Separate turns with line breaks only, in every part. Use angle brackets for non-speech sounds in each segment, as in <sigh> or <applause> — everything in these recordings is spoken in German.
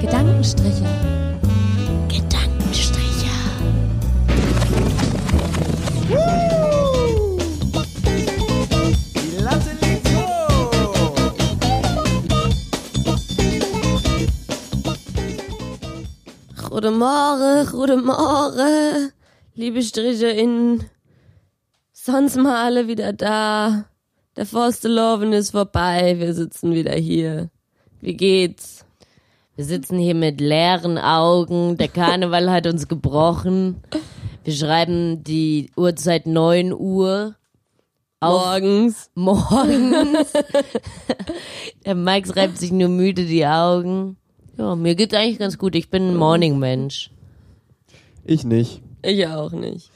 Gedankenstriche. Gedankenstriche.
Die Latte liegt hoch.
Gute Morgen, gute Morgen. Liebe Striche in. Sonst mal alle wieder da. Der Forsteloven ist vorbei. Wir sitzen wieder hier. Wie geht's?
Wir sitzen hier mit leeren Augen. Der Karneval hat uns gebrochen. Wir schreiben die Uhrzeit 9 Uhr auf
Morgens.
morgens. <laughs> Der Mike reibt sich nur müde die Augen. Ja, mir geht's eigentlich ganz gut. Ich bin ein Morning-Mensch.
Ich nicht.
Ich auch nicht.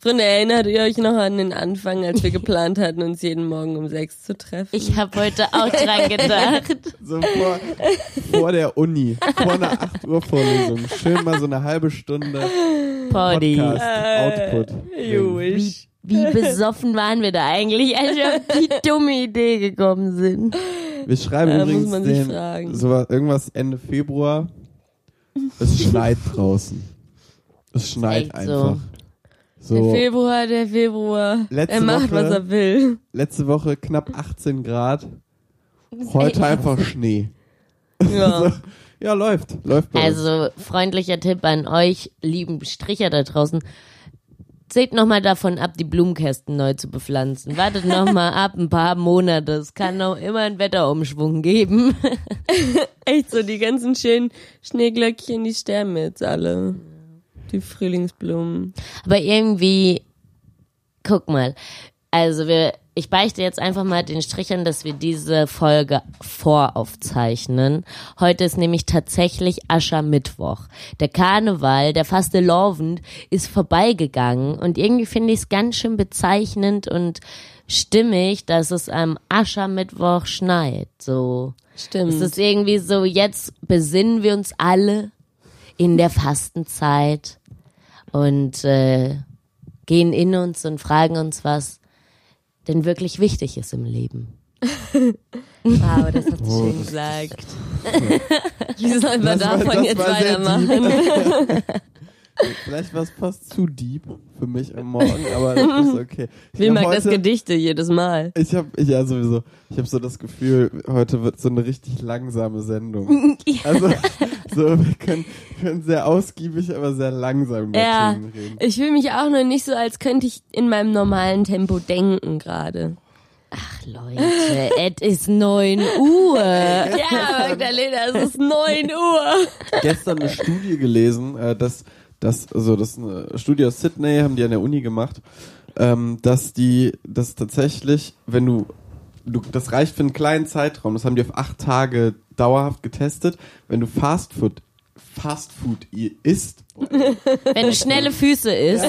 Freunde, erinnert ihr euch noch an den Anfang, als wir geplant hatten, uns jeden Morgen um sechs zu treffen?
Ich habe heute auch dran gedacht.
So vor, vor der Uni, vor einer 8 Uhr Vorlesung. Schön mal so eine halbe Stunde
Party.
Podcast,
Äh,
Output. Hm.
Wie, wie besoffen waren wir da eigentlich, als wir auf die dumme Idee gekommen sind?
Wir schreiben
Ja, Äh, muss
übrigens
man sich fragen.
den, so was, irgendwas Ende Februar. Es
<laughs>
schneit draußen. Es schneit
echt
einfach.
Der
So,
Februar, der Februar.
Letzte
er macht,
Woche-
was er will.
letzte Woche knapp 18 Grad. Heute einfach Schnee. <laughs>
Ja.
Ja, läuft. Läuft bei uns.
Also freundlicher Tipp an euch, lieben Stricher da draußen. Seht nochmal davon ab, die Blumenkästen neu zu bepflanzen. Wartet nochmal ab, ein paar Monate. Es kann noch immer einen Wetterumschwung geben.
Echt so, die ganzen schönen Schneeglöckchen, die sterben jetzt alle. Die Frühlingsblumen.
Aber irgendwie, guck mal. Also wir, ich beichte jetzt einfach mal den Strichern, dass wir diese Folge voraufzeichnen. Heute ist nämlich tatsächlich Aschermittwoch. Der Karneval, der faste Lovend, ist vorbeigegangen und irgendwie finde ich es ganz schön bezeichnend und stimmig, dass es am Aschermittwoch schneit. So.
Stimmt.
Es ist irgendwie so, jetzt besinnen wir uns alle in der Fastenzeit und äh, gehen in uns und fragen uns, was denn wirklich wichtig ist im Leben.
wow, das hast du
Oh,
schön
das-
gesagt. Wie sollen wir
Das war-
davon
das
jetzt
war sehr
weitermachen? <laughs>
Vielleicht war es fast zu deep für mich am Morgen, aber das ist okay. Ich
Wie
hab
mag das
heute-
Gedichte jedes Mal?
Ich habe ich ja sowieso, ich habe so das Gefühl, heute wird so eine richtig
<laughs>
langsame Sendung. Also so wir können, wir können sehr ausgiebig, aber sehr langsam über
Ja.
Themen reden.
Ich fühle mich auch noch nicht so, als könnte ich in meinem normalen Tempo denken gerade.
Ach Leute, es ist 9 Uhr.
Ja, Magdalena, es ist 9 Uhr.
<laughs> Gestern eine Studie gelesen, äh, dass dass also das ist eine Studie aus Sydney haben die an der Uni gemacht, ähm, dass die dass tatsächlich, wenn du du das reicht für einen kleinen Zeitraum, das haben die auf acht Tage dauerhaft getestet, wenn du Fastfood Fastfood i- isst
Wenn du schnelle Füße isst.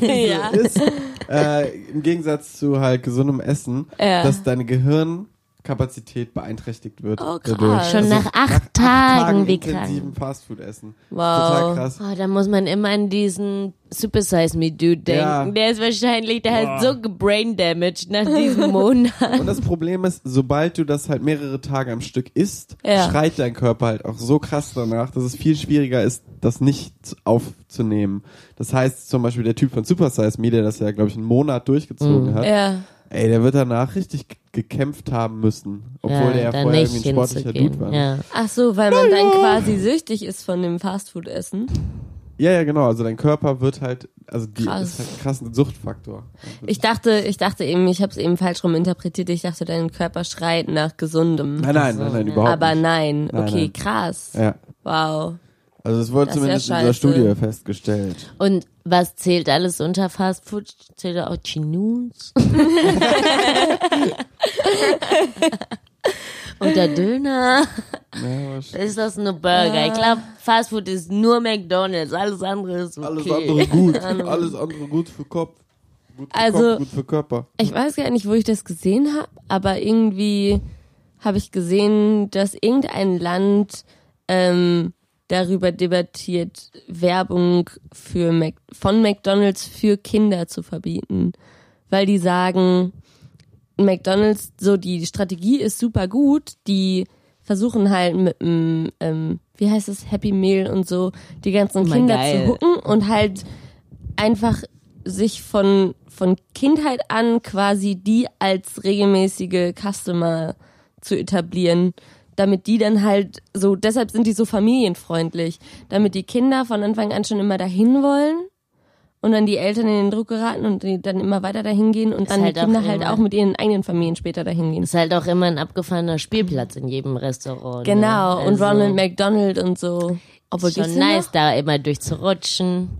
ja. ist, äh, im Gegensatz zu halt gesundem Essen,
Ja.
dass deine Gehirnkapazität beeinträchtigt wird.
Oh, krass.
Schon nach acht Tagen, wie
intensiven Fastfood essen.
Wow.
Total krass.
Oh, da muss man immer an diesen Super Size Me Dude denken.
Ja.
Der ist wahrscheinlich, der hat so gebrain damaged nach diesem Monat.
Und das Problem ist, sobald du das halt mehrere Tage am Stück isst,
Ja.
schreit dein Körper halt auch so krass danach, dass es viel schwieriger ist, das nicht aufzunehmen. Das heißt zum Beispiel der Typ von Super Size Me, der das ja, glaube ich, einen Monat durchgezogen hat,
Ja.
Ey, der wird danach richtig ge- gekämpft haben müssen, obwohl der ja
da
vorher irgendwie ein sportlicher
hinzugehen.
Dude war. ne?
Ja.
Ach so, weil man dann quasi süchtig ist von dem Fastfood-Essen.
ja, ja, genau. Also dein Körper wird halt, also die
Krass.
ist halt krass ein Suchtfaktor.
Ich dachte, ich dachte eben, ich habe es eben falsch rum interpretiert. Ich dachte, dein Körper schreit nach Gesundem.
nein, nein, nein, nein, überhaupt
Aber
nicht.
nein.
Nein,
okay,
nein.
krass.
Ja.
Wow.
Also es wurde
Das ist ja
zumindest in dieser
scheiße.
Studie festgestellt.
Und was zählt alles unter Fast Food? Zählt da auch Chinoots? <laughs> Und der Döner?
<laughs>
Ja, was-
Ist das nur Burger? Ich glaube, Fast Food ist nur McDonalds. Alles andere ist okay.
alles andere gut.
<laughs>
alles andere gut für Kopf. Gut für
Also-
Kopf, gut für Körper.
Ich weiß gar nicht, wo ich das gesehen habe, aber irgendwie habe ich gesehen, dass irgendein Land ähm, darüber debattiert, Werbung für Mac von McDonald's für Kinder zu verbieten, weil die sagen, McDonald's so die Strategie ist super gut, die versuchen halt mit dem, ähm, wie heißt es, Happy Meal und so, die ganzen
Mal
Kinder
geil.
zu hucken und halt einfach sich von, von Kindheit an quasi die als regelmäßige Customer zu etablieren, damit die dann halt so, deshalb sind die so familienfreundlich, damit die Kinder von Anfang an schon immer dahin wollen und dann die Eltern in den Druck geraten und die dann immer weiter dahin gehen und dann
halt
die
auch
Kinder halt
immer-
auch mit ihren eigenen Familien später dahin gehen.
Ist halt auch immer ein abgefahrener Spielplatz in jedem Restaurant. ne?
Genau, und
Also,
Ronald McDonald und so. Obwohl
ist schon
gibt's den
nice,
noch?
da immer durchzurutschen.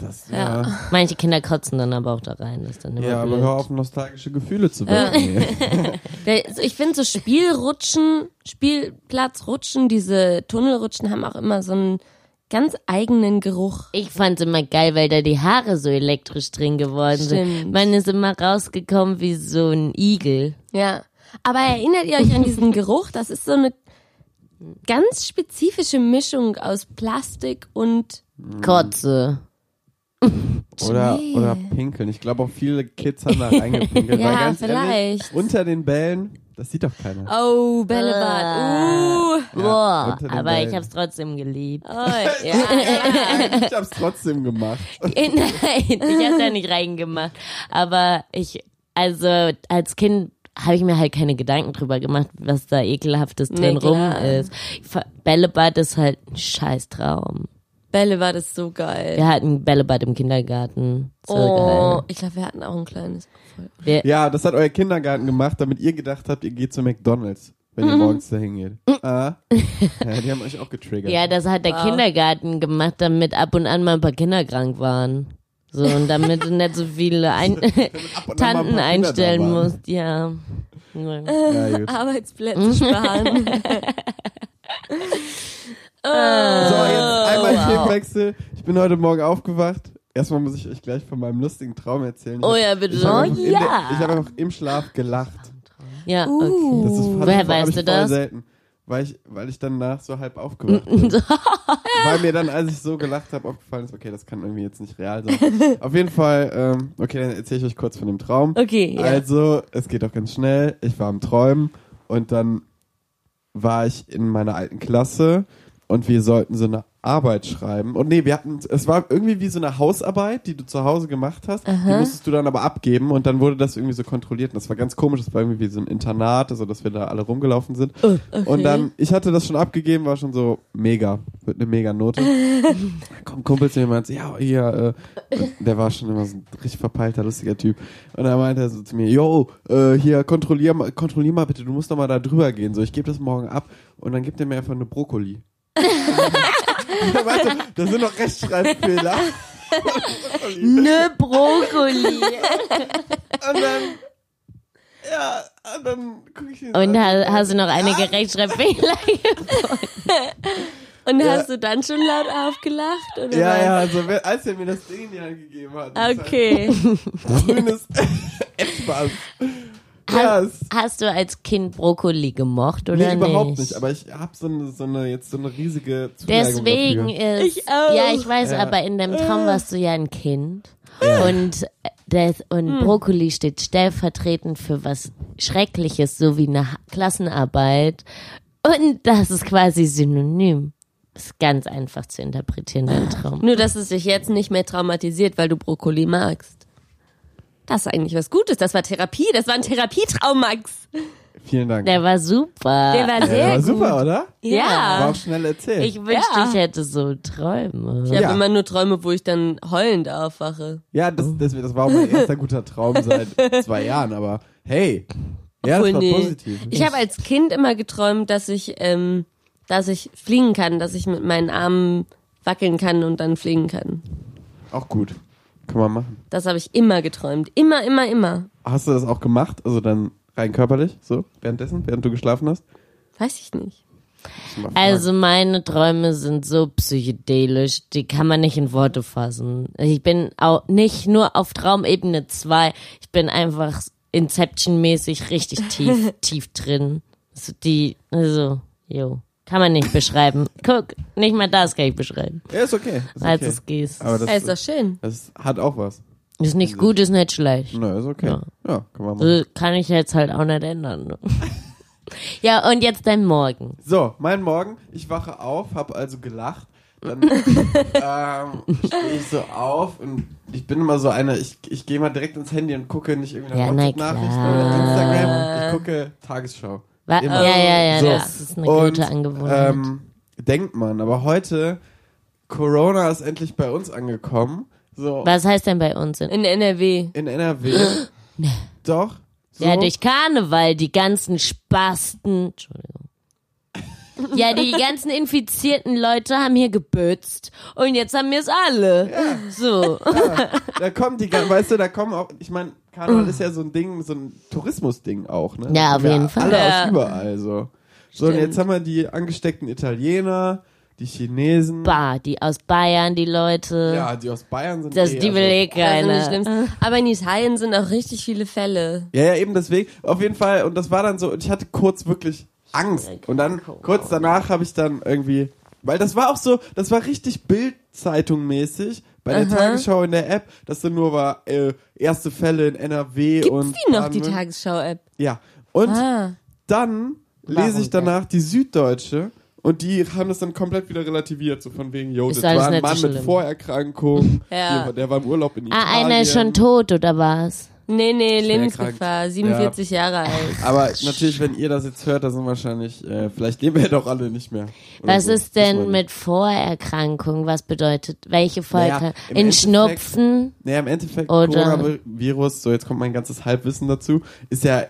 Das, ja,
Manche Kinder kotzen dann aber auch da rein. Das ist dann immer
ja, aber
blöd.
hör auf, nostalgische Gefühle zu wecken.
<laughs>
ey.
Der, also ich finde so Spielrutschen, Spielplatzrutschen, diese Tunnelrutschen haben auch immer so einen ganz eigenen Geruch.
Ich fand's immer geil, weil da die Haare so elektrisch drin geworden sind.
Stimmt.
Man ist immer rausgekommen wie so ein Igel.
Ja. Aber erinnert ihr euch an
<laughs>
diesen Geruch? Das ist so eine ganz spezifische Mischung aus Plastik und
Kotze.
Oder,
Nee.
oder pinkeln. Ich glaube auch viele
<laughs>
Kids haben da reingepinkelt.
Ja,
weil ganz
vielleicht.
Ehrlich, unter den Bällen, das sieht doch keiner.
Oh, Bällebad. Uh.
Boah,
unter den
aber
Beinen.
ich hab's trotzdem geliebt.
Oh, <laughs> ja.
<laughs>
<laughs> ich hab's trotzdem gemacht.
Nein, ich hab's da nicht reingemacht. Aber ich, also als Kind habe ich mir halt keine Gedanken drüber gemacht, was da ekelhaftes drin
Nee,
rum
klar.
ist. Ich fa- Bällebad ist halt ein scheiß Traum.
Bällebad ist so geil.
Wir hatten Bällebad im Kindergarten. So
oh,
geil.
ich glaube, wir hatten auch ein kleines.
Wir,
Ja, das hat euer Kindergarten gemacht, damit ihr gedacht habt, ihr geht zu McDonalds, wenn
Mhm.
ihr morgens da hingeht.
<laughs>
Ah. Ja, die haben euch auch getriggert.
Ja, das hat der Kindergarten gemacht, damit ab und an mal ein paar Kinder krank waren. So, und damit du nicht so viele ein
<laughs> Ab und an mal ein
Tanten
paar Kinder da
einstellen
waren.
musst, ja. Äh,
<laughs>
Ja, gut.
Arbeitsplätze sparen.
<laughs>
Oh.
So,
Oh,
jetzt einmal Themenwechsel. Ich bin heute Morgen aufgewacht. Erstmal muss ich euch gleich von meinem lustigen Traum erzählen. Ich
Oh
hab-
ja, bitte.
Ich habe
Oh
einfach, in
ja.
der- ich hab einfach im Schlaf gelacht.
Ja, okay.
Das ist fast-
Woher
hab
weißt
ich
du
voll
das?
Selten, weil ich, weil ich danach so halb aufgewacht bin.
<laughs>
weil mir dann, als ich so gelacht habe, aufgefallen ist, okay, das kann irgendwie jetzt nicht real
<laughs>
sein. Auf jeden Fall, ähm, okay, dann erzähle ich euch kurz von dem Traum.
Okay, ja.
Also, es geht auch ganz schnell. Ich war am Träumen und dann war ich in meiner alten Klasse und wir sollten so eine Arbeit schreiben. Und nee, wir hatten, es war irgendwie wie so eine Hausarbeit, die du zu Hause gemacht hast. Die musstest du dann aber abgeben und dann wurde das irgendwie so kontrolliert. Und das war ganz komisch, das war irgendwie wie so ein Internat, also dass wir da alle rumgelaufen sind. Und dann, ich hatte das schon abgegeben, war schon so mega, wird eine mega Note. Komm, Kumpel zu mir meinte, ja, hier, äh, und der war schon immer so ein richtig verpeilter, lustiger Typ. Und dann meinte er so zu mir, yo, äh, hier, kontrollier mal, kontrollier mal bitte, du musst noch mal da drüber gehen. So, ich gebe das morgen ab und dann gibt er mir einfach eine Brokkoli. Er meinte, da sind noch Rechtschreibfehler.
Ne Brokkoli.
Und dann, ja, und dann guck ich
<laughs>
ihn
Und
an.
ha hast du noch einige Rechtschreibfehler? <laughs>
Und
Ja.
hast du dann schon laut aufgelacht? Oder
Ja,
was?
ja, also wer- als er mir das Ding in die Hand gegeben hat, das
Okay.
<laughs> ist ein grünes <laughs> etwas. Ja, es-
Hast du als Kind Brokkoli gemocht oder
nee,
nicht?
überhaupt nicht, aber ich habe so eine, so eine jetzt so eine riesige Zuneigung
Deswegen
dafür.
ist.
Ich auch.
Ja, ich weiß,
Ja.
aber in deinem Traum warst du ja ein Kind. Und, äh, das, und
Hm.
Brokkoli steht stellvertretend für was Schreckliches, so wie eine Ha- Klassenarbeit. Und das ist quasi synonym. Ist ganz einfach zu interpretieren, dein Traum.
Nur, dass es dich jetzt nicht mehr traumatisiert, weil du Brokkoli magst. Das ist eigentlich was Gutes. Das war Therapie. Das war ein Therapietraum, Max.
Vielen Dank.
Der war super.
Der war
Ja,
sehr
war
gut.
super, oder? War
Ja.
auch schnell erzählt.
ich wünschte,
Ja.
ich hätte so Träume.
Ich habe
Ja.
immer nur Träume, wo ich dann heulend aufwache.
ja, das, das, das war auch mein erster guter Traum seit zwei Jahren, aber hey, ja, das
Obwohl,
war
nee.
positiv.
Ich habe als Kind immer geträumt, dass ich, ähm, dass ich fliegen kann, dass ich mit meinen Armen wackeln kann und dann fliegen kann.
auch gut. Kann man machen.
Das habe ich immer geträumt. Immer, immer, immer.
Hast du das auch gemacht? Also dann rein körperlich, so, währenddessen, während du geschlafen hast?
Weiß ich nicht.
Muss ich mal fragen.
Also meine Träume sind so psychedelisch, die kann man nicht in Worte fassen. Ich bin auch nicht nur auf Traumebene 2, ich bin einfach Inception-mäßig richtig
<laughs>
tief, tief drin. Also die, also, jo, kann man nicht beschreiben. Guck, nicht mal das kann ich beschreiben,
Ja, ist okay. Ist
als Also
okay.
es gießt.
aber also
Das ist doch
das,
schön.
das hat auch was.
Ist nicht gut, ist nicht schlecht.
Nö, ist okay. Ja,
Ja.
kann man machen. <laughs>
So kann ich jetzt halt auch nicht ändern. Ja, und jetzt dein Morgen.
So, mein Morgen, ich wache auf, habe also gelacht.
<laughs>
Dann ähm, stehe ich so auf und ich bin immer so einer, ich, ich gehe mal direkt ins Handy und gucke nicht irgendwie nach
Ja, na
WhatsApp-Nachrichten
klar.
oder Instagram. Ich gucke Tagesschau.
Wa
Immer.
Ja, ja, ja,
So.
das ist eine
Und,
gute Angewohnheit.
Ähm, denkt man, aber heute, Corona ist endlich bei uns angekommen. So
Was heißt denn bei uns? In
In NRW.
<gasps>
in NRW. Doch. So.
Ja, durch Karneval, die ganzen Spasten. Entschuldigung. Ja, die ganzen infizierten Leute haben hier gebötzt. Und jetzt haben wir es alle. So.
Da kommen die, ga- weißt du, da kommen auch, ich meine, Karneval ist ja so ein Ding, so ein Tourismusding auch, ne?
Ja, auf
Sind
jeden Fall.
Alle
Ja.
aus überall, so. So, und
Stimmt.
jetzt haben wir die angesteckten Italiener, die Chinesen.
Bah, die aus Bayern, die Leute.
ja, die aus Bayern sind
das,
eh,
die will eh
Das
keiner.
sind die schlimmsten. Aber in Italien sind auch richtig viele Fälle.
Ja, ja, eben deswegen. Auf jeden Fall, und das war dann so, und ich hatte kurz wirklich Angst. Und dann, kurz danach habe ich dann irgendwie, weil das war auch so, das war richtig Bild-Zeitung-mäßig bei der
Aha.
Tagesschau in der App, dass da nur war, äh, erste Fälle in NRW
Gibt's die
und.
noch, die
Baden-Württemberg.
Tagesschau-App?
Ja. Und
Ah.
dann lese
Warum
ich danach die Süddeutsche und die haben das dann komplett wieder relativiert, so von wegen, yo,
Ist
das
alles
war ein
nicht so
Mann mit
schlimm. <laughs>
Vorerkrankung,
Ja.
der, der war im Urlaub in Italien.
ah, einer ist schon tot, oder was?
Nee, nee,
Schwer
Lebensgefahr.
krank.
47 Jahre alt.
Aber natürlich, wenn ihr das jetzt hört, da sind wahrscheinlich, äh, vielleicht leben wir doch alle nicht mehr. Oder
Was
so.
ist
Muss
denn
man-
mit Vorerkrankung? Was bedeutet, welche
Naja,
Folge? In
im Endeffekt-
Schnupfen?
Naja, im Endeffekt,
Oder-
Coronavirus, so jetzt kommt mein ganzes Halbwissen dazu, ist ja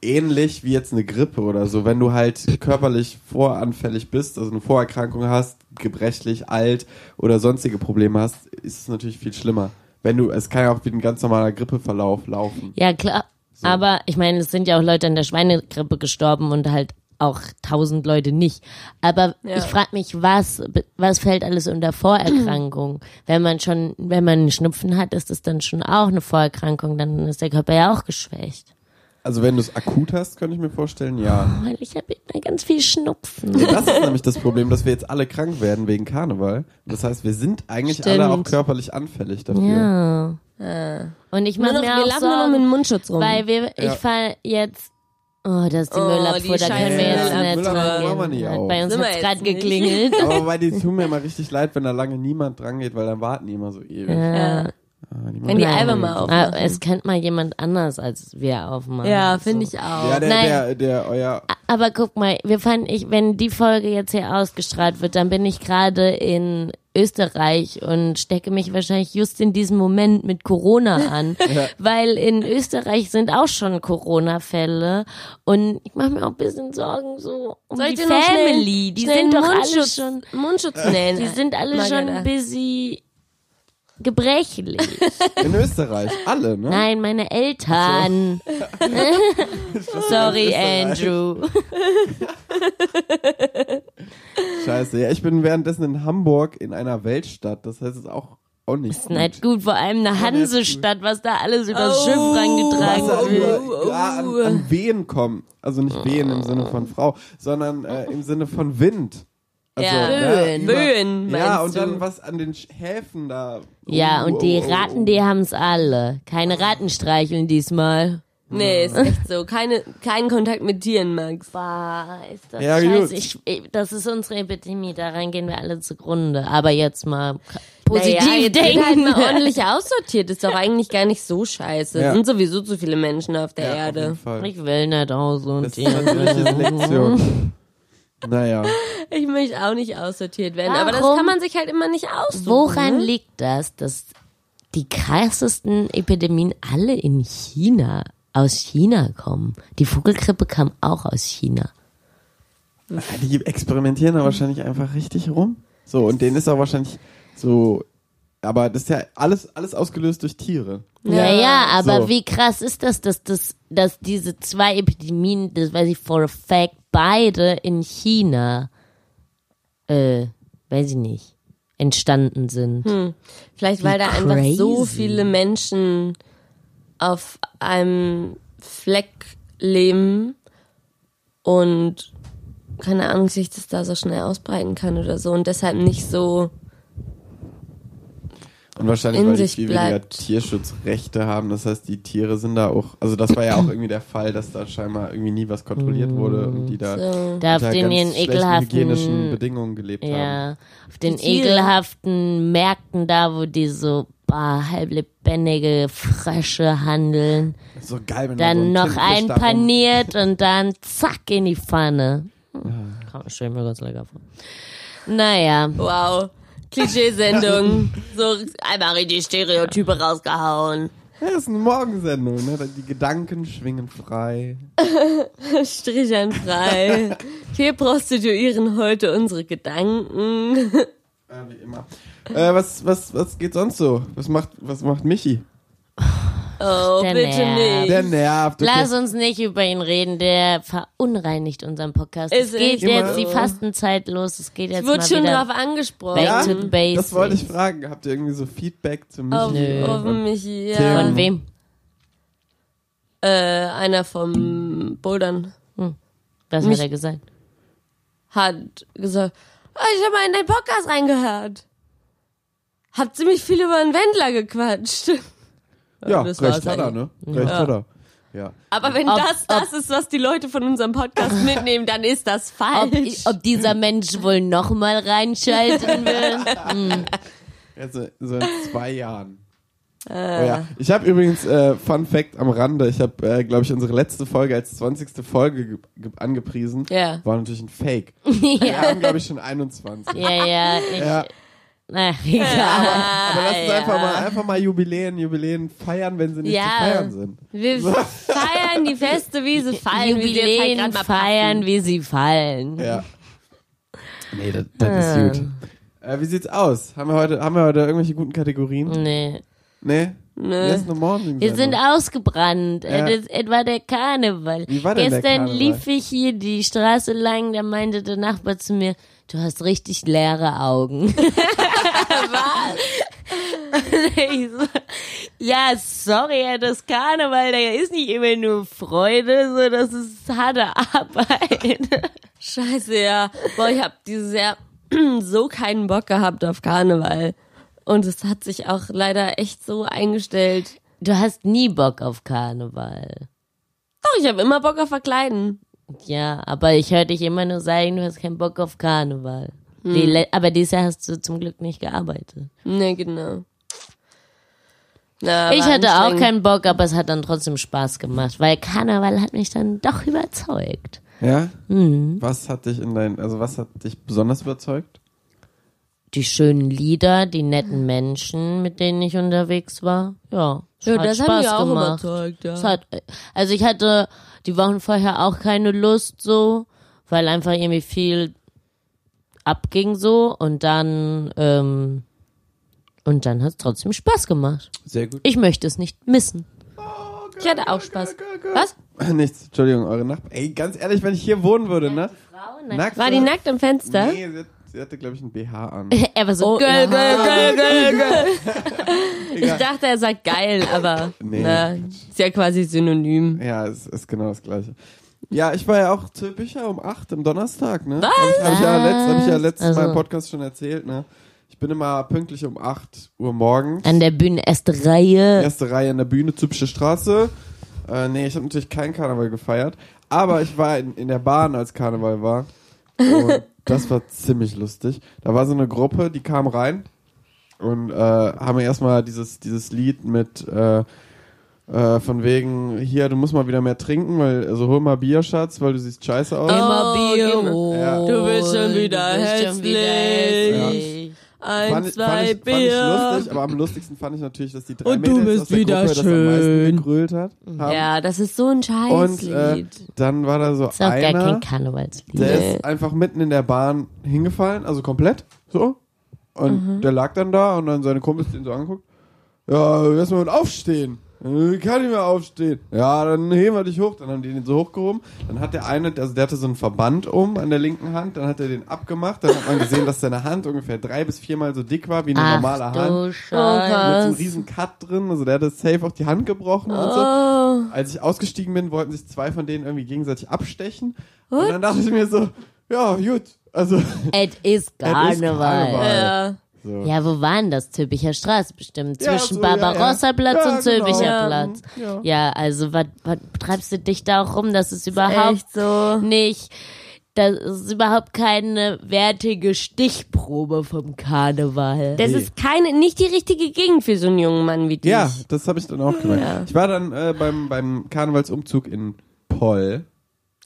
ähnlich wie jetzt eine Grippe oder so. Wenn du halt körperlich voranfällig bist, also eine Vorerkrankung hast, gebrechlich, alt oder sonstige Probleme hast, ist es natürlich viel schlimmer. Wenn du, es kann ja auch wie ein ganz normaler Grippeverlauf laufen.
Ja, klar. Aber ich meine, es sind ja auch Leute an der Schweinegrippe gestorben und halt auch tausend Leute nicht. Aber
Ja.
ich frage mich, was, was fällt alles unter Vorerkrankung? <clears throat> wenn man schon, wenn man einen Schnupfen hat, ist das dann schon auch eine Vorerkrankung, dann ist der Körper ja auch geschwächt.
Also wenn du es akut hast, könnte ich mir vorstellen, ja.
Weil ich habe ganz viel Schnupfen.
<laughs>
Ja, Das ist nämlich das Problem, dass wir jetzt alle krank werden wegen Karneval. Das heißt, wir sind eigentlich alle
Stimmt.
auch körperlich anfällig dafür.
Ja. Und ich
Äh. Nur
mache
noch,
mir
wir
auch
laufen nur noch
Sorgen,
mit dem Mundschutz rum.
Weil wir,
Ja.
ich fahre jetzt. Oh, das ist die
Oh,
Müllabfuhr,
die
da können wir
Scheiße.
jetzt
Ja,
nicht
Müllabfuhr machen wir
dran
nicht
gehen.
auf.
Bei uns
Sind wir
hat's
jetzt
gerade
nicht. <laughs>
geklingelt.
Aber wobei, die tun mir immer richtig leid, wenn da lange niemand dran geht, weil dann warten die immer so ewig.
ja.
Ah, niemand
Wenn die
dran
Albe
geht.
mal
Ah,
aufmachen.
es kennt mal jemand anders als wir aufmachen.
ja, finde ich auch.
Ja, der,
Nein.
der, der, euer.
Aber guck mal, wir fanden, ich, wenn die Folge jetzt hier ausgestrahlt wird, dann bin ich gerade in Österreich und stecke mich wahrscheinlich just in diesem Moment mit Corona
<laughs>
an, weil in Österreich sind auch schon Corona-Fälle und ich mache mir auch ein bisschen Sorgen so um
Soll ich
die
dir noch schnell-
Family, die
schnell
sind doch alle
Mundschutz,
schon, Äh,
Mundschutz nähen.
die sind alle
Margareta.
schon busy gebrechlich.
In Österreich, alle, ne?
Nein, meine Eltern.
<laughs>
Sorry,
Österreich.
Andrew.
Scheiße. Ja, ich bin währenddessen in Hamburg in einer Weltstadt. Das heißt, es ist auch, auch nicht. Ist
Nicht gut, vor allem eine Hansestadt, was da alles übers
Oh.
Schiff rangetragen
Wasser
wird.
über, ja, an, an Wehen kommen. Also nicht Wehen im Sinne von Frau, sondern äh, im Sinne von Wind. Also,
Ja.
ne,
Böen.
über-
Böen,
Ja,
meinst
und
du?
dann was an den Sch- Häfen da.
Ja,
Oh, oh,
und die
oh, oh.
Ratten, die haben's alle. Keine Ratten streicheln diesmal.
Nee, ist echt so. Keine, keinen Kontakt mit Tieren, Max.
Bah, ist das
Ja, gut.
scheiße. Ich, ich, das ist unsere Epidemie, daran gehen wir alle zugrunde. Aber jetzt mal k- positiv
naja, jetzt
denken.
wird halt
<laughs>
mal ordentlich aussortiert. Ist doch eigentlich gar nicht so scheiße.
Ja.
Sind sowieso zu viele Menschen auf der
Ja, auf jeden
Erde.
Fall.
ich will nicht aus und
Das ist natürlich jetzt Lektion. <laughs> Naja.
Ich möchte auch nicht aussortiert werden. Aber das
Warum?
kann man sich halt immer nicht aussuchen.
Woran
ne?
liegt das, dass die krassesten Epidemien alle in China, aus China kommen? Die Vogelgrippe kam auch aus China.
Die experimentieren da wahrscheinlich einfach richtig rum. So, und denen ist auch wahrscheinlich so. Aber das ist ja alles, alles ausgelöst durch Tiere.
Ja, ja, aber
So.
wie krass ist das, dass, das, dass diese zwei Epidemien, das weiß ich for a fact, beide in China, äh, weiß ich nicht, entstanden sind.
Vielleicht, weil da
Wie
einfach so
crazy.
viele Menschen auf einem Fleck leben und keine Ahnung, sich das da so schnell ausbreiten kann oder so und deshalb nicht so
Und wahrscheinlich,
in
weil die
sich
viel weniger
bleibt.
Tierschutzrechte haben. Das heißt, die Tiere sind da auch, also das war ja auch irgendwie der Fall, dass da scheinbar irgendwie nie was kontrolliert wurde und die da
So.
Da Mm, auf
unter
den
ganz
ihren
schlechten hygienischen
ekelhaften,
Bedingungen gelebt haben.
ja, auf den
Die Tiere.
ekelhaften Märkten da, wo die so bah, halblebendige Frösche handeln.
So geil, wenn da so
Dann
ein
noch ein
Tintenfisch da rum-
paniert und dann zack in die Pfanne. Komm, stell mir ganz lecker vor. Naja.
Wow. Klischeesendung. so
Einmal richtig Stereotype rausgehauen.
Ja, das ist eine Morgensendung, ne? Die Gedanken schwingen frei.
Strichern frei. Wir prostituieren heute unsere Gedanken.
Ja, wie immer. Äh, was, was, was geht sonst so? Was macht, was macht Michi?
Oh,
der
bitte
Nerv.
nicht.
Der nervt. Okay.
Lass uns nicht über ihn reden, der verunreinigt unseren Podcast.
Ist
es geht
echt
jetzt
so.
die Fastenzeit los, es geht jetzt
Ich wurde
mal
schon
wieder
drauf angesprochen.
back to the basics. Oh,
Das wollte ich fragen. Habt ihr irgendwie so Feedback zu Michi?
Auf,
Nö.
auf mich, ja.
Tim.
Von wem?
Äh, einer vom Bouldern
Was
Mich-
hat er gesagt?
hat gesagt, oh, ich habe mal in deinen Podcast reingehört. Habt ziemlich viel über einen Wendler gequatscht. <laughs>
Ja,
das war's
recht hat er, ne? Recht hat er. Ja.
Aber wenn
Ob-
das das ist, was die Leute von unserem
<laughs>
Podcast mitnehmen, dann ist das
Ob,
falsch.
ob dieser Mensch wohl nochmal reinschalten will?
Jetzt so- so in zwei Jahren.
Äh.
Oh ja. Ich habe übrigens, äh, Fun Fact am Rande, ich habe, äh, glaube ich, unsere letzte Folge als 20. Folge ge- ge- angepriesen.
Ja.
War natürlich ein Fake.
<laughs>
Wir
ja,
haben, glaube ich, schon 21.
ja, ja. Ich,
Ja.
Na, egal.
Aber lass uns einfach, mal, einfach mal Jubiläen, Jubiläen feiern, wenn sie nicht
Ja.
zu feiern sind.
Wir
<laughs>
feiern die Feste, wie sie fallen. wie sie jetzt halt
Jubiläen
grad mal
feiern, wie sie fallen.
Ja. Nee, das, das ist
Ähm.
gut. Äh, wie sieht's aus? Haben wir, heute, haben wir heute irgendwelche guten Kategorien?
Nee.
Nee?
Hm. Nö.
Jetzt eine Morning
Wir sind ausgebrannt.
Ja.
Das etwa der Karneval.
Wie war denn der
Gestern
Karneval?
lief ich hier die Straße lang, da meinte der Nachbar zu mir, du hast richtig leere Augen. <laughs> Was? ich so, ja, sorry, ja, das Karneval, da ist nicht immer nur Freude, so das ist harte Arbeit.
Scheiße, ja. Boah, ich hab dieses Jahr <clears throat> so keinen Bock gehabt auf Karneval. Und es hat sich auch leider echt so eingestellt.
Du hast nie Bock auf Karneval.
Doch, ich habe immer Bock auf Verkleiden.
Ja, aber ich höre dich immer nur sagen, du hast keinen Bock auf Karneval.
Hm.
Die le- aber dieses Jahr hast du zum Glück nicht gearbeitet.
Ne, genau. Na, war
ich hatte auch
anstrengend.
keinen Bock, aber es hat dann trotzdem Spaß gemacht, weil Karneval hat mich dann doch überzeugt.
Ja?
Mhm.
Was hat dich in dein, also was hat dich besonders überzeugt?
Die schönen Lieder, die netten Menschen, mit denen ich unterwegs war. Ja, es
Ja,
hat
das
Spaß
hat mich auch
gemacht.
überzeugt, ja.
Es hat, also ich hatte die Wochen vorher auch keine Lust so, weil einfach irgendwie viel abging so und dann ähm, und dann hat es trotzdem Spaß gemacht.
Sehr gut.
Ich möchte es nicht missen. <laughs>
Oh,
Ich hatte auch Spaß. Was?
<laughs> Nichts, Entschuldigung, eure Nachbarn. Ey, ganz ehrlich, wenn ich hier wohnen würde, ne? Nackt,
War die ne? nackt am Fenster?
Nee, sie, hat, sie hatte, glaube ich, ein BH an.
er war so
Oh,
girl,
ja.
girl, girl, girl, girl.
<laughs> Ich dachte, er sagt geil, aber
Nee.
na, ist ja quasi
Mhm.
synonym.
Ja, es ist genau das Gleiche. Ja, ich war ja auch zur Bücher um 8 am Donnerstag, ne? Was? Hab ich ja, letzt, hab ich ja letztes Mal im
Also.
Podcast schon erzählt, ne? Ich bin immer pünktlich um 8 Uhr morgens.
An der Bühne erste Reihe.
erste Reihe in der Bühne, typische Straße. Äh, nee, ich habe natürlich keinen Karneval gefeiert, aber ich war in, in der Bahn, als Karneval war. Und das war ziemlich lustig. Da war so eine Gruppe, die kam rein und äh, haben erstmal dieses, dieses Lied mit äh, äh, von wegen, hier, du musst mal wieder mehr trinken, weil, also hol mal Bier, Schatz, weil du siehst scheiße aus.
Immer Bier
Oh,
holen.
Ja.
Du bist schon wieder hässlich.
Fand
Ein,
ich- fand
zwei
ich, fand ich
Bier.
lustig, aber am lustigsten fand ich natürlich, dass die drei
Und du
Mädels
bist
aus der
wieder
Gruppe das am meisten
schön.
gegrölt hat. Haben.
Ja, das ist so ein
Und äh,
Scheißlied.
dann war da so
Ist auch gar
einer,
kein Karnevalslied.
der
Nee.
ist einfach mitten in der Bahn hingefallen, also komplett, so. Und
Mhm.
der lag dann da und dann seine Kumpels den so angeguckt. Ja, lass mal mit aufstehen. Äh, Kann ich mehr aufstehen. Ja, dann heben wir dich hoch. Dann haben die den so hochgehoben. Dann hat der eine, also der hatte so einen Verband um an der linken Hand. Dann hat er den abgemacht. Dann hat man gesehen, dass seine Hand ungefähr drei bis viermal so dick war wie eine normale
Ach
Hand.
du
Oh
Scheiße.
Gott.
Mit so einem
Was?
riesen Cut drin, also der hatte safe auch die Hand gebrochen und
Oh.
so. Als ich ausgestiegen bin, wollten sich zwei von denen irgendwie gegenseitig abstechen. Und dann dachte ich mir so, ja, gut, also <laughs>
Es ist
Karneval.
Karneval.
Ja.
So.
Ja, wo waren das? Zülpicher Straße bestimmt.
Ja,
Zwischen
so, ja, ja.
Barbarossa-Platz
Ja,
und Zülpicher
genau.
Platz.
Ja.
Ja, also was was treibst du dich da auch rum? Das ist überhaupt
Echt so.
nicht. Das ist überhaupt keine wertige Stichprobe vom Karneval.
Das ist keine, nicht die richtige Gegend für so einen jungen Mann wie dich.
Ja, das habe ich dann auch gemerkt.
Ja.
Ich war dann äh, beim, beim Karnevalsumzug in Poll.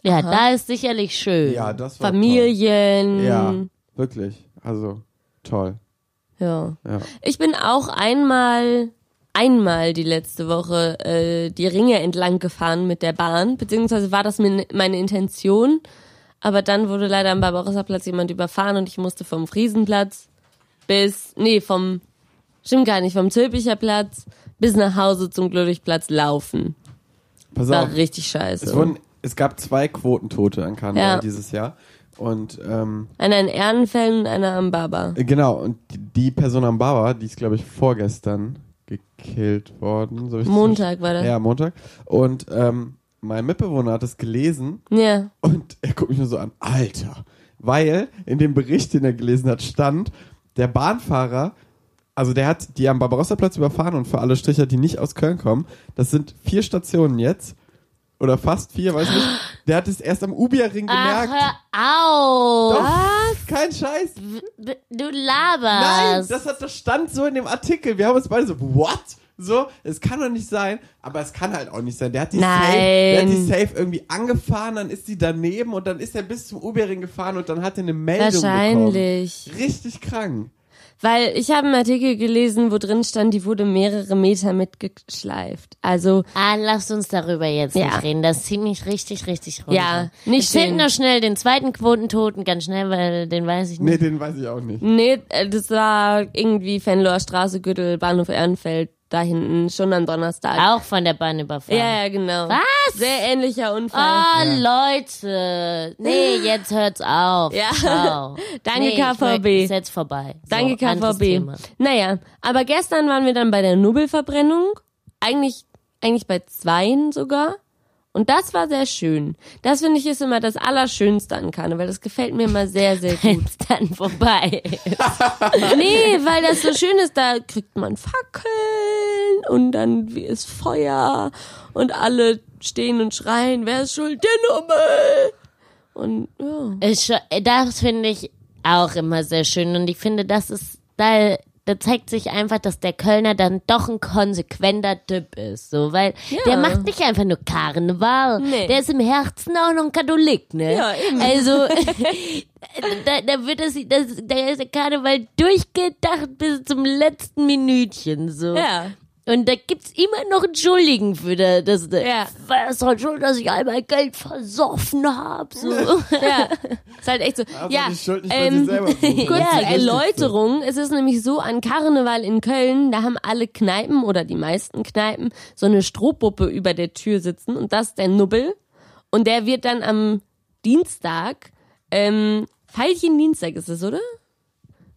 ja, da ist sicherlich schön.
Ja, das war
Familien.
Toll. Ja, wirklich. Also toll.
ja.
Ja.
Ich bin auch einmal, einmal die letzte Woche äh, die Ringe entlang gefahren mit der Bahn, beziehungsweise war das min- meine Intention, aber dann wurde leider am Barbarossa-Platz jemand überfahren und ich musste vom Friesenplatz bis, nee, vom, stimmt gar nicht, vom Zülpicher Platz bis nach Hause zum Glücklichplatz laufen.
Pass
War
auf.
richtig scheiße.
Es, wurden, es gab zwei Quotentote an Karneval
Ja.
dieses Jahr. Und ähm,
Einer in Ehrenfällen und einer am Baba.
äh, genau, und die, die Person am Bauer, die ist, glaube ich, vorgestern gekillt worden. So hab ich das
Montag war das.
Ja, Montag. Und ähm, mein Mitbewohner hat es gelesen
Ja.
Und er guckt mich nur so an, Alter. Weil in dem Bericht, den er gelesen hat, stand, der Bahnfahrer, also der hat die am Barbarossa-Platz überfahren und für alle Stricher, die nicht aus Köln kommen, das sind vier Stationen jetzt. Oder fast vier, weiß nicht. Der hat es erst am Ubierring
Ach,
gemerkt.
hör auf!
Doch, kein Scheiß.
B- Du
Nein,
laberst.
das, hat, das stand so in dem Artikel. Wir haben uns beide so, what? So, es kann doch nicht sein, aber es kann halt auch nicht sein. Der hat die, Safe, der hat die
Nein.
Safe irgendwie angefahren, dann ist die daneben und dann ist er bis zum Ubering gefahren und dann hat er eine Meldung
Wahrscheinlich.
bekommen. Richtig krank.
Weil ich habe einen Artikel gelesen, wo drin stand, die wurde mehrere Meter mitgeschleift. Also,
ah, lasst uns darüber jetzt
Ja.
nicht reden. Das zieht mich richtig, richtig runter.
Ja, nicht
Wir finden
schön.
noch schnell den zweiten Quotentoten, ganz schnell, weil den weiß ich nicht.
Nee, den weiß ich auch nicht.
nee, äh, das war irgendwie Fenloer Straße, Gürtel, Bahnhof Ehrenfeld, da hinten, schon am Donnerstag.
Auch von der Bahn überfahren.
Äh, Ja, ja, genau.
Was?
Sehr ähnlicher Unfall.
Ah, Leute.
<laughs>
Nee, jetzt hört's auf.
Ja.
Ciao.
<laughs> Danke,
nee, ich
KVB.
möchte- Ist jetzt vorbei. So,
Danke,
anderes
KVB.
Thema. <laughs>
Naja, aber gestern waren wir dann bei der Nubbelverbrennung. Eigentlich, eigentlich bei zweien sogar. Und das war sehr schön. Das finde ich ist immer das Allerschönste an Karneval. Das gefällt mir immer sehr,
<laughs>
sehr gut.
Wenn's dann vorbei.
Nee, weil das so schön ist, da kriegt man Fackeln und dann wie ist Feuer und alle stehen und schreien, wer ist schuld? Der Nummel! Und ja.
Ist schon- Äh, Das finde ich auch immer sehr schön. Und ich finde, das ist, da, da zeigt sich einfach, dass der Kölner dann doch ein konsequenter Typ ist. So, weil der macht nicht einfach nur Karneval.
Nee.
Der ist im Herzen auch noch ein Katholik, ne?
Ja, eben. <laughs>
Also, <laughs> da, da wird das, das, da ist der Karneval durchgedacht bis zum letzten Minütchen, so.
Ja.
Und da gibt's immer noch einen Schuldigen für das. das
Ja.
Was soll schon, dass ich all mein Geld versoffen hab,
<laughs>
so.
Ja, ist halt echt so.
Aber
ja,
die Schuld nicht bei sich
ähm,
selber.
<laughs>
suchen.
kurz
Ja,
zur
das ist
Erläuterung. Es ist nämlich so, an Karneval in Köln, da haben alle Kneipen oder die meisten Kneipen so eine Strohpuppe über der Tür sitzen und das ist der Nubbel. Und der wird dann am Dienstag, ähm, Veilchen Dienstag ist es, oder?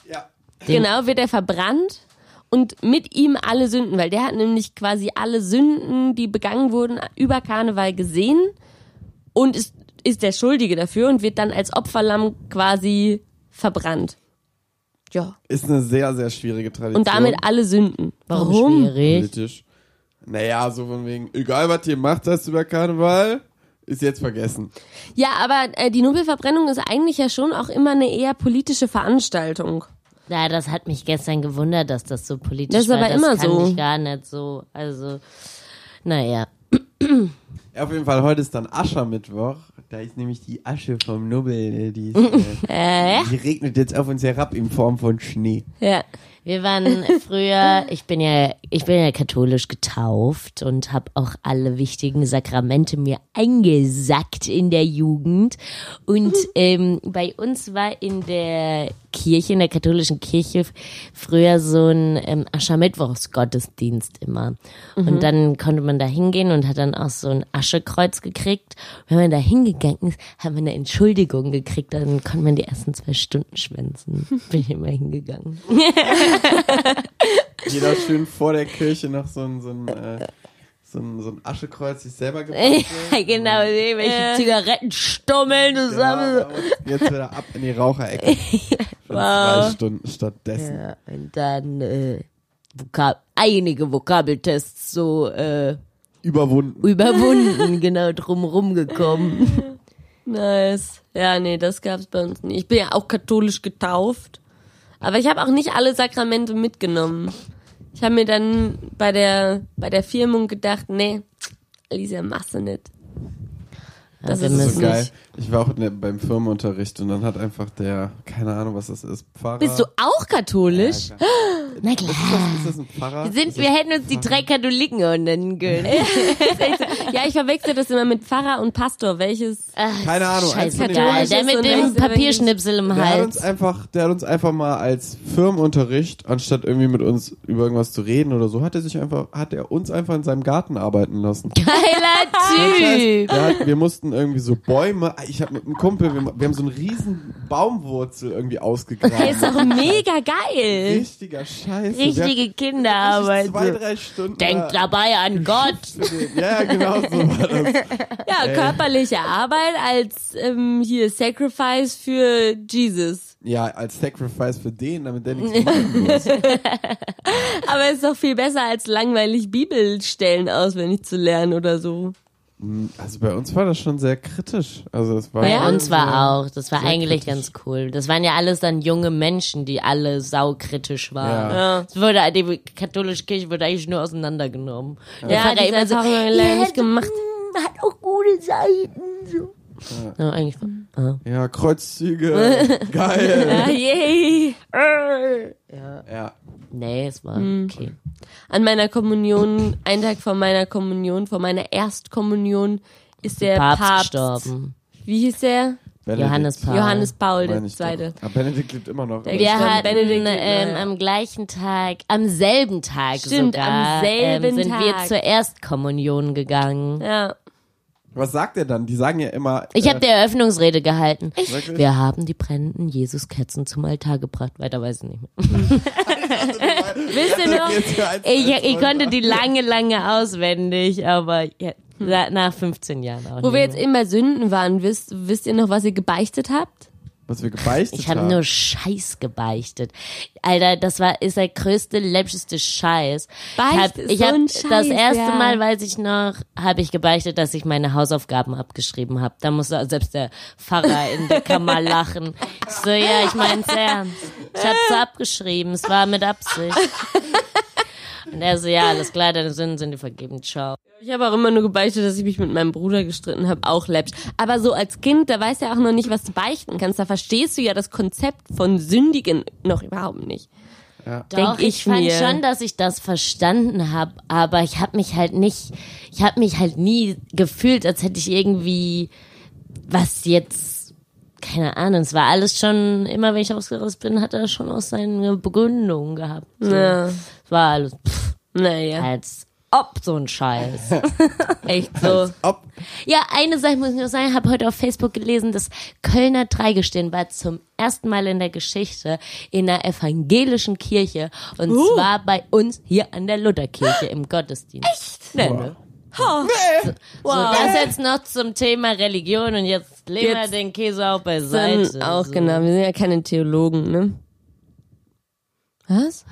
Ja.
Genau, wird er verbrannt und mit ihm alle Sünden, weil der hat nämlich quasi alle Sünden, die begangen wurden, über Karneval gesehen und ist, ist der Schuldige dafür und wird dann als Opferlamm quasi verbrannt. Ja.
Ist eine sehr, sehr schwierige Tradition.
Und damit alle Sünden.
Schwierig.
politisch. Naja, so von wegen, egal was ihr macht, das über Karneval, ist jetzt vergessen.
Ja, aber äh, die Nobelverbrennung ist eigentlich ja schon auch immer eine eher politische Veranstaltung.
Ja, das hat mich gestern gewundert, dass das so politisch
Das ist
war.
aber
das
immer
kann
so.
ich gar nicht so. Also, naja.
Ja, auf jeden Fall, heute ist dann Aschermittwoch. Da ist nämlich die Asche vom Nubbel, äh, die, ist,
<laughs>
äh, die regnet jetzt auf uns herab in Form von Schnee.
Ja.
Wir waren früher, ich bin ja, ich bin ja katholisch getauft und habe auch alle wichtigen Sakramente mir eingesackt in der Jugend. Und ähm, bei uns war in der Kirche, in der katholischen Kirche, früher so ein ähm, Aschermittwochsgottesdienst immer. Und dann konnte man da hingehen und hat dann auch so ein Aschekreuz gekriegt. Und wenn man da hingegangen ist, hat man eine Entschuldigung gekriegt. Dann konnte man die ersten zwei Stunden schwänzen. Bin ich immer hingegangen. <laughs>
Jeder schön vor der Kirche noch so ein, so ein, äh, so ein, so ein Aschekreuz
<laughs>
sich selber gebaut.
Ja, genau, irgendwelche Zigarettenstummeln
Äh. Ja,
zusammen. <laughs>
und jetzt wieder ab in die Raucherecke. in
Wow.
zwei Stunden stattdessen.
Ja, und dann äh, Vokab einige Vokabeltests so äh,
Überwunden. <laughs>
überwunden, genau drumrum gekommen.
Nice. Ja, nee, das gab's bei uns nicht. Ich bin ja auch katholisch getauft. Aber ich habe auch nicht alle Sakramente mitgenommen. Ich habe mir dann bei der, bei der Firmung gedacht, nee, Lisa, machst du nicht. Das
wir
ist
Das
es
ist so geil.
nicht.
Ich war auch in der, beim Firmenunterricht und dann hat einfach der, keine Ahnung, was das ist, Pfarrer.
Bist du auch katholisch?
Ja,
Na
Ist das, ist das ein Pfarrer?
Sind,
Ist
wir
das-
hätten uns die drei Katholiken nennen können.
Ja, ich verwechsel das immer mit Pfarrer und Pastor. Welches?
Ach,
Keine Ahnung, eins von den
Scheißegal.
beiden.
Der mit dem
Evangelist.
Papierschnipsel im
der hat
<laughs>
uns
Hals.
einfach, der hat uns einfach mal als Firmenunterricht, anstatt irgendwie mit uns über irgendwas zu reden oder so, hat er sich einfach, hat er uns einfach in seinem Garten arbeiten lassen.
Geiler Typ.
Der hat, wir mussten irgendwie so Bäume, ah, ich habe mit einem Kumpel, wir, wir haben so einen riesen Baumwurzel irgendwie
Hey, ist
ausgegraben.
<laughs>
doch mega geil.
Richtiger Scheiße. Der hat
Richtige
richtig zwei,
Kinderarbeit.
drei Stunden.
Denkt
da-
dabei an Gott.
Ja, genau so war das.
Ja, körperliche Arbeit als ähm, hier Sacrifice für Jesus.
Ja, als Sacrifice für den, damit der nichts machen muss.
Aber ist doch viel besser als langweilig Bibelstellen auswendig zu lernen oder so.
Also bei uns war das schon sehr kritisch. Also es war
Bei
Ja.
uns war auch. Das war
sehr
eigentlich ganz
kritisch.
cool. Das waren ja alles dann junge Menschen, die alle saukritisch waren.
Ja.
Es wurde, die katholische Kirche wurde eigentlich nur auseinandergenommen.
Ja,
Das hat
diese
er immer so,
Erfahrung haben wir leider
ja,
nicht gemacht.
mm, Hat auch gute Seiten. So. Ja, eigentlich. ah.
Ja, Kreuzzüge.
<laughs>
Geil.
Ah, yay.
Ja.
Nee, es war okay.
An meiner Kommunion, einen Tag vor meiner Kommunion, vor meiner Erstkommunion, ist der
Papst,
Papst,
gestorben.
Wie hieß der?
Benedikt,
Johannes Paul.
Johannes Paul
meine ich
II.
doch. Aber Benedikt lebt immer noch.
Der- äh,
Wir
Stimmt,
hatten
Benedikt,
ähm,
naja.
am gleichen Tag, am selben Tag
Stimmt,
sogar,
am selben
ähm, sind wir
Tag.
zur Erstkommunion gegangen.
Ja.
Was sagt er dann? Die sagen ja immer. äh,
Ich habe die Eröffnungsrede gehalten.
Hm.
Wirklich?
Wir haben die brennenden Jesuskerzen zum Altar gebracht. Weiter weiß ich nicht mehr.
Wisst ihr
<laughs>
noch?
Ich, ich konnte die lange, lange auswendig, aber ja, na- nach 15 Jahren auch
Hm. Wo
nicht
wir jetzt
mehr.
immer Sünden waren, wisst, wisst ihr noch, was ihr gebeichtet habt?
Was wir gebeichtet
Ich
haben.
habe nur Scheiß gebeichtet. Alter, das war ist der größte, läppischste Scheiß.
Beicht
ich hab,
ist
ich
so
hab,
ein
Das
Scheiß,
erste
ja.
Mal, weiß ich noch, habe ich gebeichtet, dass ich meine Hausaufgaben abgeschrieben habe. Da musste selbst der Pfarrer in
<laughs>
der Kammer lachen. Ich so, ja, ich mein's ernst. Ich hab's abgeschrieben, es war mit Absicht.
<laughs>
Und er so, ja, alles klar, deine Sünden sind dir vergeben, ciao.
Ich habe auch immer nur gebeichtet, dass ich mich mit meinem Bruder gestritten habe, auch läppisch. Aber so als Kind, da weißt du ja auch noch nicht, was du beichten kannst. Da verstehst du ja das Konzept von Sündigen noch überhaupt nicht.
Doch,
Denk
ich,
ich
fand
mir.
schon, dass ich das verstanden habe, aber ich habe mich halt nicht, ich habe mich halt nie gefühlt, als hätte ich irgendwie was jetzt, keine Ahnung, es war alles schon, immer wenn ich ausgerüstet bin, hat er schon auch seine Begründung gehabt. So.
Ja.
Es war alles, pff,
Naja,
als ob so
<laughs>
ein Scheiß.
echt so.
Ob,
Ja, eine Sache muss ich noch sagen, habe heute auf Facebook gelesen, das Kölner Dreigestirn war zum ersten Mal in der Geschichte in einer evangelischen Kirche und
Uh.
zwar bei uns hier an der Lutherkirche im Gottesdienst. Echt? Nee, ne? So, das jetzt noch zum Thema Religion und jetzt legen wir
Jetzt
den Käse auch beiseite.
Dann auch
so.
genau. Wir sind ja keine Theologen, ne? Was?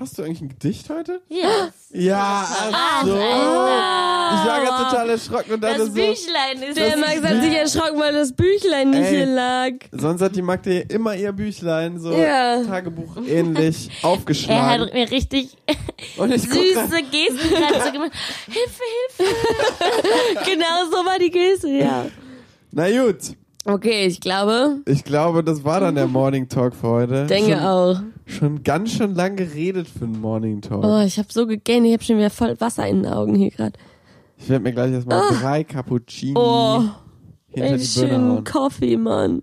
hast du eigentlich ein Gedicht heute?
Ja,
Ja, ach so. Ich war gerade total erschrocken und dachte
das
so.
Büchlein ist
Also Der Max hat sich erschrocken, weil das Büchlein nicht
Ey.
hier lag.
Sonst hat die Magde ja immer ihr Büchlein so
Ja.
Tagebuch ähnlich
<laughs> er hat
aufgeschlagen.
mir
<laughs>
richtig
Oh
und ich guck grad-
süße Gesten gerade so gemacht. Hilfe, Hilfe.
Genau so war die Geste, ja.
Na gut,
Okay, ich glaube,
ich glaube, das war dann der Morning Talk für heute.
denke
schon,
auch.
schon ganz schön lang geredet für einen Morning Talk.
Oh, ich habe so gegähnt, ich habe schon wieder voll Wasser in den Augen hier gerade.
Ich werde mir gleich erstmal drei Cappuccini
Oh,
hinter
einen
die Birne
schönen
hauen.
Kaffee, Mann.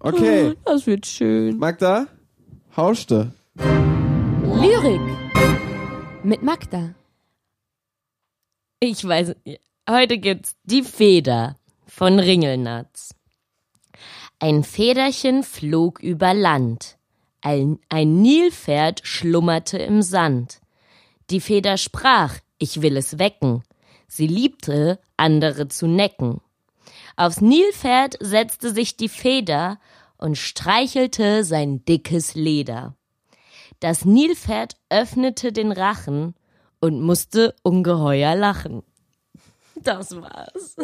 Oh,
Okay,
Das wird schön.
Magda, hauschte.
Lyrik mit Magda.
Ich weiß, nicht. heute gibt's die Feder von Ringelnatz. Ein Federchen flog über Land. Ein, ein Nilpferd schlummerte im Sand. Die Feder sprach, ich will es wecken. Sie liebte, andere zu necken. Aufs Nilpferd setzte sich die Feder und streichelte sein dickes Leder. Das Nilpferd öffnete den Rachen und musste ungeheuer lachen. Das war's.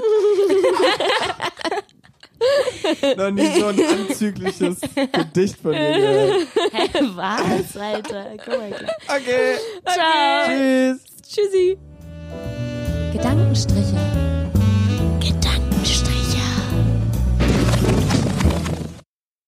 Noch nie so ein anzügliches Gedicht von dir gehört.
Hä, <laughs> was, Alter? Guck mal klar.
Okay,
Ciao.
tschüss.
Tschüssi. Gedankenstriche.